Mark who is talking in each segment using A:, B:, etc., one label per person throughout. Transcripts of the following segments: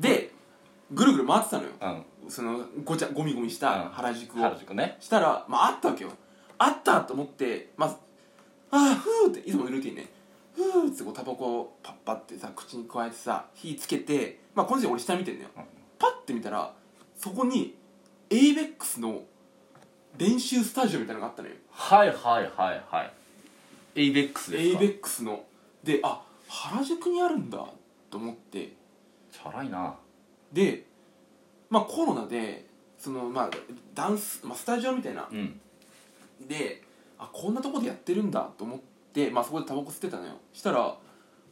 A: でぐるぐる回ってたのよ
B: うん
A: そのごちゃゴミゴミし
B: うん
A: た原宿を、
B: 原宿ね
A: したらまああったわけよあったと思ってまずああふーっていつものルーティンねふーってこうタバコをパッパってさ口に加えてさ火つけてまあこの時点で俺下見てんのよ、
B: うん
A: パッて見たらそこに ABEX の練習スタジオみたいなのがあったのよ
B: はいはいはいはいエイベックスですか
A: ABEX のであ原宿にあるんだと思って
B: チャラいな
A: でまあコロナでそのまあダンス、まあ、スタジオみたいな
B: うん
A: であこんなとこでやってるんだと思って、まあ、そこでタバコ吸ってたのよしたら、ま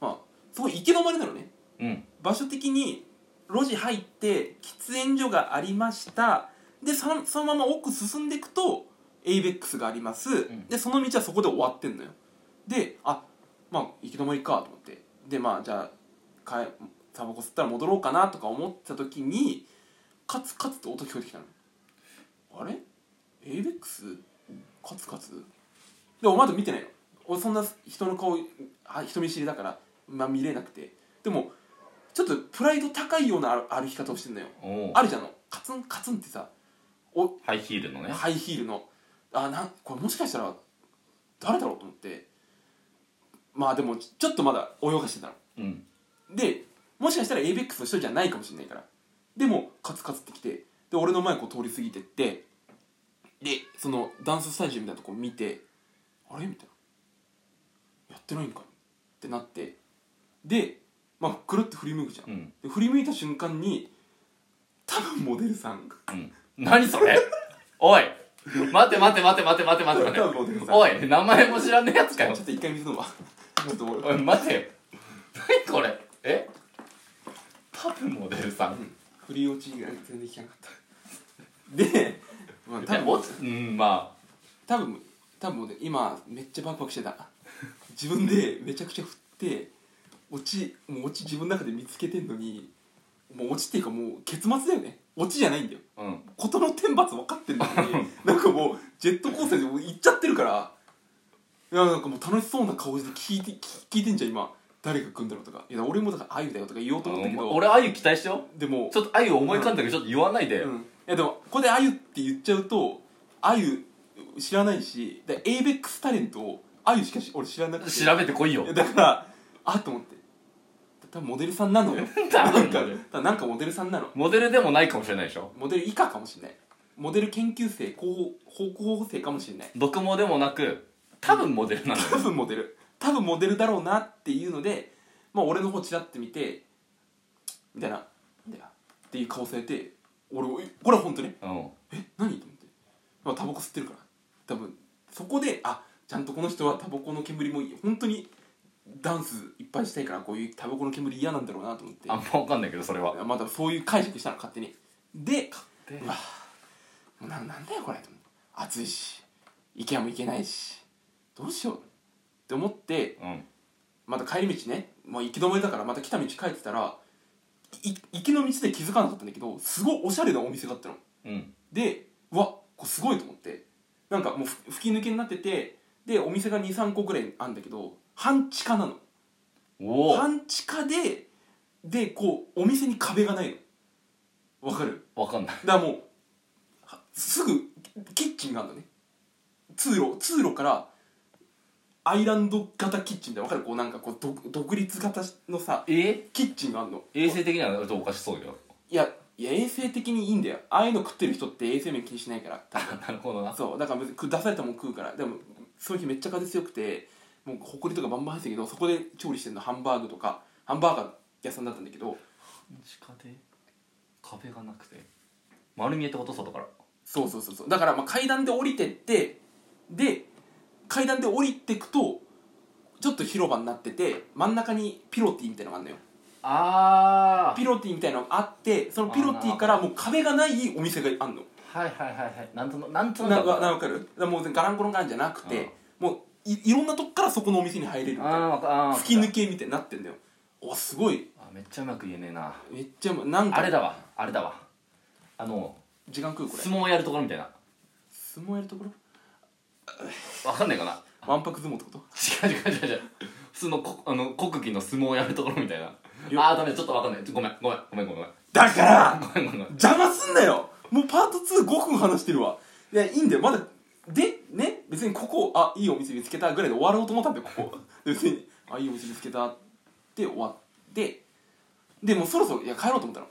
A: あ、そこ池のまれなのね
B: うん
A: 場所的に路地入って喫煙所がありましたでそのそのまま奥進んでいくと ABEX があります、
B: ん
A: でその道はそこで終わってんのよであまあ行き止まりかと思ってでまあじゃあかえタバコ吸ったら戻ろうかなとか思ってた時にカツカツって音聞こえてきたのあれ ABEX カツカツでもまだ見てないの俺そんな人の顔あ人見知りだから、まあ、見れなくてでもちょっとプライド高いような歩歩き方をしてんのよ
B: おお
A: あるじゃんあのカツンカツンってさお
B: ハイヒールのね
A: ハイヒールのあなんこれもしかしたら誰だろうと思ってまあでもちちょっとまだ泳がしてたの
B: うん
A: でもしかしたら ABEX の人じゃないかもしれないからでもカツカツってきてで俺の前こう通り過ぎてってでそのダンススタジオみたいなとこ見てあれみたいなやってないんかいってなってでまあくるって振り向くじゃん、
B: うん
A: で振り向いた瞬間に多分モデルさん
B: うん 何それおい待て待て待て待て待て待て
A: 多分
B: 待
A: モデル
B: て
A: さん
B: おい名前も知らねえやつかよ
A: ちょっと一回見るのはちょっと俺
B: おい待てよ何これえ多分モデルさん
A: 振り落ち以外全然聞かなか ったで、まあ、多分
B: うんま
A: 多分多分ね今めっちゃバクバクしてた自分でめちゃくちゃ振って落ちもう落ち自分の中で見つけてんのにもう落ちっていうかもう結末だよね落ちじゃないんだよ
B: あうん
A: 事の天罰分かってんのになんかもうジェットコースターでもう行っちゃってるからいやなんかもう楽しそうな顔して聞いて聞聞いてんじゃん今誰が来るんだろうとかいや俺もだからあゆだよとか言おうと思ったけど
B: 俺あゆ期待してよ
A: でも
B: ちょっとあゆ思い浮かんだけどちょっと言わないで
A: うん、いやでもここで「あゆ」って言っちゃうと「あゆ」知らないしで ABEX タレントを「あゆ」しかし俺知らなくて
B: 調べてこいよ
A: いやだからあと思って多分モデルさんなのよ
B: 多
A: なん
B: 分
A: か
B: モデル
A: 多分なんかモデルさんなの
B: モデルでもないかもしれないでしょ
A: モデル以下かもしれないモデル研究生高高校生かもしれない
B: 読もでもなく多分モデルなんだ
A: 多
B: よね
A: 分モデル多分モデルだろうなっていうのでまあ俺の方ちらって見てみたいな「なんだよっていう顔されて俺もえこれは本当ね
B: うん
A: え何と思って、まあ、タバコ吸ってるから多分そこであちゃんとこの人はタバコの煙もいい本当にダンスいっぱいしたいからこういうタバコの煙嫌なんだろうなと思って
B: あんま分かんないけどそれは
A: まだそういう解釈したの勝手にで
B: 手に
A: うわもうななんだよこれと思って暑いし池も行けないしどうしようって思って
B: うん
A: また帰り道ねもう行き止まりだからまた来た道帰ってたらい行きの道で気づかなかったんだけどすごいおしゃれなお店があったの
B: うん
A: でうわこれすごいと思ってなんかもうふ吹き抜けになっててでお店が23個ぐらいあるんだけど半地下なの
B: おお
A: 半地下ででこうお店に壁がないのわかる
B: 分かんない
A: だからもうはすぐキッチンがあるのね通路通路からアイランド型キッチンでわかるこうなんかこう独独立型のさ
B: え
A: キッチンがあるの
B: 衛生的にはちょっとおかしそうよ
A: いやいや衛生的にいいんだよああいうの食ってる人って衛生面気にしないから多分
B: なるほどな
A: そうだから別に出されたもん食うからでもその日めっちゃ風強くてもうほこりとかバンバン入ってたけどそこで調理してるのハンバーグとかハンバーガー屋さんだったんだけど
B: 地下で壁がなくて丸見えってこと外から
A: そうそうそうそうだからまあ階段で降りてってで階段で降りてくとちょっと広場になってて真ん中にピロティみたいなのがあるのよ
B: あ
A: ピロティみたいなのがあってそのピロティからもう壁がないお店があるの
B: はいはいはいはいなんとななんとな
A: な
B: くわ
A: な
B: かる
A: わかるだからもうガランコロンガランじゃなくてもういいろんなとこからそこのお店に入れるみたいな
B: あーあー
A: 吹き抜けみたいになってんだよおすごい
B: あめっちゃうまく言えねえな
A: めっちゃうまなんか
B: あれだわあれだわあの
A: 時間食うこれ
B: 相撲やるところみたいな
A: 相撲やるところ
B: わかんないかな
A: わんぱく相撲ってこと
B: 違う違う違う違う普通のこあの国技の相撲をやるところみたいなああダメだちょっとわかんないちょごめんごめんごめんごめんごめん
A: だから
B: ごめんごめんごめん
A: 邪魔すんなよもうパート25分話してるわいやいいんだよまだでね別にここあいいお店見つけたぐらいで終わろうと思ったんだよここ別にあいいお店見つけたって終わってでもうそろそろいや帰ろうと思ったの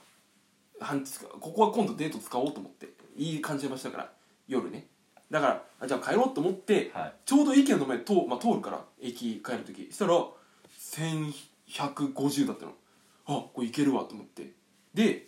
A: 半日かここは今度デート使おうと思っていい感じの場所だから夜ねだからあじゃあ帰ろうと思って、
B: はい
A: ちょうど駅の前通,、まあ、通るから駅帰る時したら1150だったのあこれいけるわと思ってで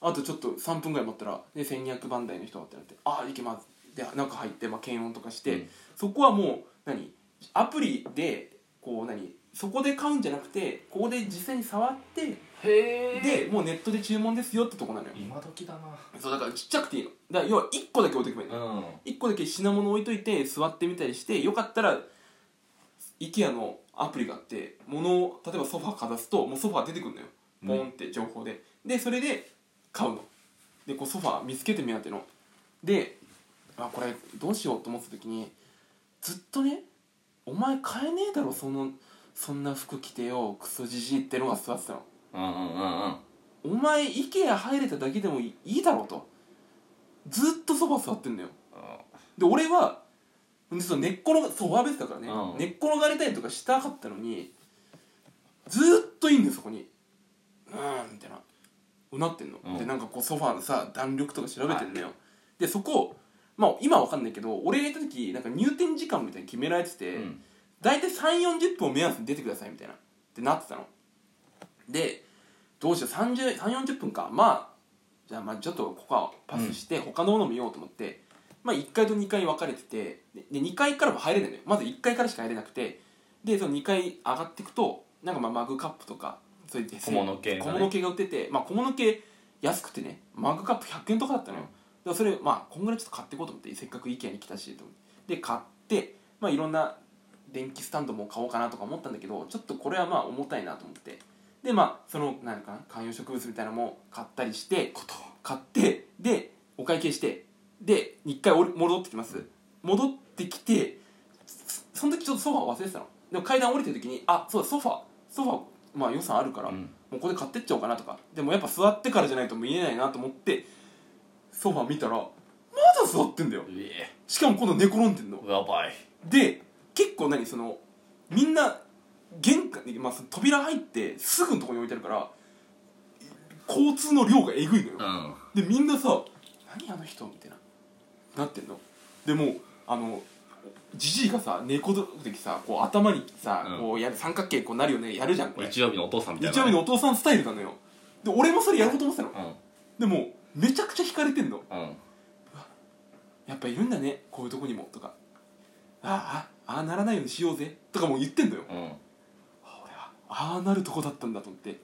A: あとちょっと3分ぐらい待ったらで1200番台の人だってなってああいけますで中入って、まあ、検温とかして、
B: うん
A: そこはもう何アプリでこう何そこで買うんじゃなくてここで実際に触って
B: へ
A: でもうネットで注文ですよってとこなのよ
B: 今時だな
A: そうだからちっちゃくていいのだから要は1個だけ置いとけばいいの
B: うん
A: 1個だけ品物置いといて座ってみたりしてよかったら IKEA のアプリがあって物を例えばソファーかざすともうソファー出てくるのよ
B: うん
A: ポンって情報で、でそれで買うのでこうソファー見つけてみようってのであこれどうしようと思ってた時にずっとね「お前買えねえだろそのそんな服着てよクソじじい」ってのが座ってたの
B: うんうんうんう
A: お
B: ん
A: 前 IKEA 入れただけでもいいだろうとずっとソファ座ってんのよで俺は実は寝っ転がソファーベースだからね、
B: うん
A: 寝っ転がりたりとかしたかったのにずーっといいんだよそこにうーんみたいなうなってんの、
B: うん
A: でなんかこうソファーのさ弾力とか調べてんのよ、でそこまあ今はわかんないけど俺が行った時なんか入店時間みたいに決められてて、
B: うん
A: 大体3 4 0分を目安に出てくださいみたいなってなってたのでどうしよう3 4 0分かまあじゃあまあちょっとここはパスして他のもの見ようと思って、まあ1階と2階に分かれててでで2階からも入れないのよまず1階からしか入れなくてでその2階上がっていくとなんかまあマグカップとかそういう
B: 小物系がね
A: 小物系が売ってて、まあ、小物系安くてねマグカップ100円とかだったのよ、だからそれまあこんぐらいちょっと買っていこうと思ってせっかく IKEA に来たしと思ってで買ってまあいろんな電気スタンドも買おうかなとか思ったんだけどちょっとこれはまあ重たいなと思ってでまあそのなんかな観葉植物みたいなのも買ったりして買ってでお会計してで一回おり戻ってきます戻ってきてそその時ちょっとソファー忘れてたのでも階段降りてる時にあそうだソファーソファーまあ予算あるから、
B: うん
A: もうここで買ってっちゃおうかなとかでもやっぱ座ってからじゃないと見えないなと思ってソファー見たらまだ座ってんだよ
B: うえ
A: しかも今度寝転んでんの
B: やばい
A: で結構何そのみんな玄関で、まあ、その扉入ってすぐのとこに置いてあるから交通の量がえぐいのよ、
B: ん
A: でみんなさ「何あの人」みたいななってんのでもうあのじじいがさ猫の時さこう頭にさ、
B: うん
A: こうやる三角形こうなるよねやるじゃんこれ日
B: 日曜日のお父さんみたいな
A: 曜日のお父さんスタイルなのよで俺もそれやろうと思ってたの
B: う
A: でもめちゃくちゃ惹かれてんの
B: んうん
A: やっぱいるんだねこういうとこにもとかああああならないようにしようぜとかもう言ってんのよ
B: うん
A: あ俺はああなるとこだったんだと思って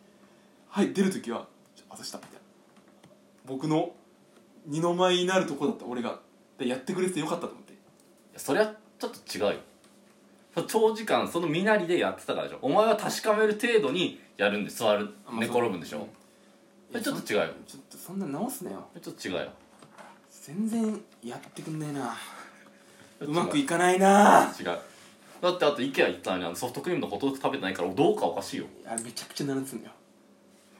A: はい出る時は「ちょ外した」みたいな僕の二の舞になるとこだった俺がでやってくれてよかったと思って
B: それはちょっと違うよその長時間その身なりでやってたからでしょお前は確かめる程度にやるんで座る
A: あまあ
B: 寝転ぶんでしょ
A: いや
B: ちょっと違うよ
A: ちょっとそんな直すなよ
B: ちょっと違うよ
A: 全然やってくんねえなうまくいかないな
B: 違うだってあと IKEA 行ったのにあのソフトクリームのホトドッグ食べてないからどうかおかしいよ
A: いやめちゃくちゃ並んでたんだよ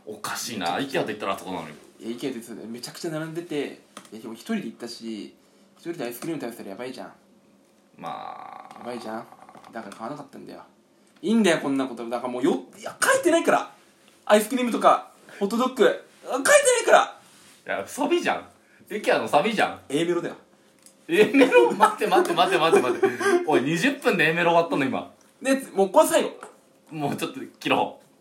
B: おかしいな IKEA と言ったらあそこなのよ
A: いや IKEA って言ってたんだよめちゃくちゃ並んでていやでも一人で行ったし一人でアイスクリーム食べてたらやばいじゃん
B: ま
A: や
B: あ
A: ばいじゃんだから買わなかったんだよいいんだよこんなことだからもうよいや書いてないからアイスクリームとかホットドッグあ書いてないから
B: いやサビじゃん IKEA のサビじゃん
A: A メロだよ
B: A メロ待って待って待って待って待っておい20分で A メロ終わったの今
A: でもうこれ最後
B: もうちょっと切ろう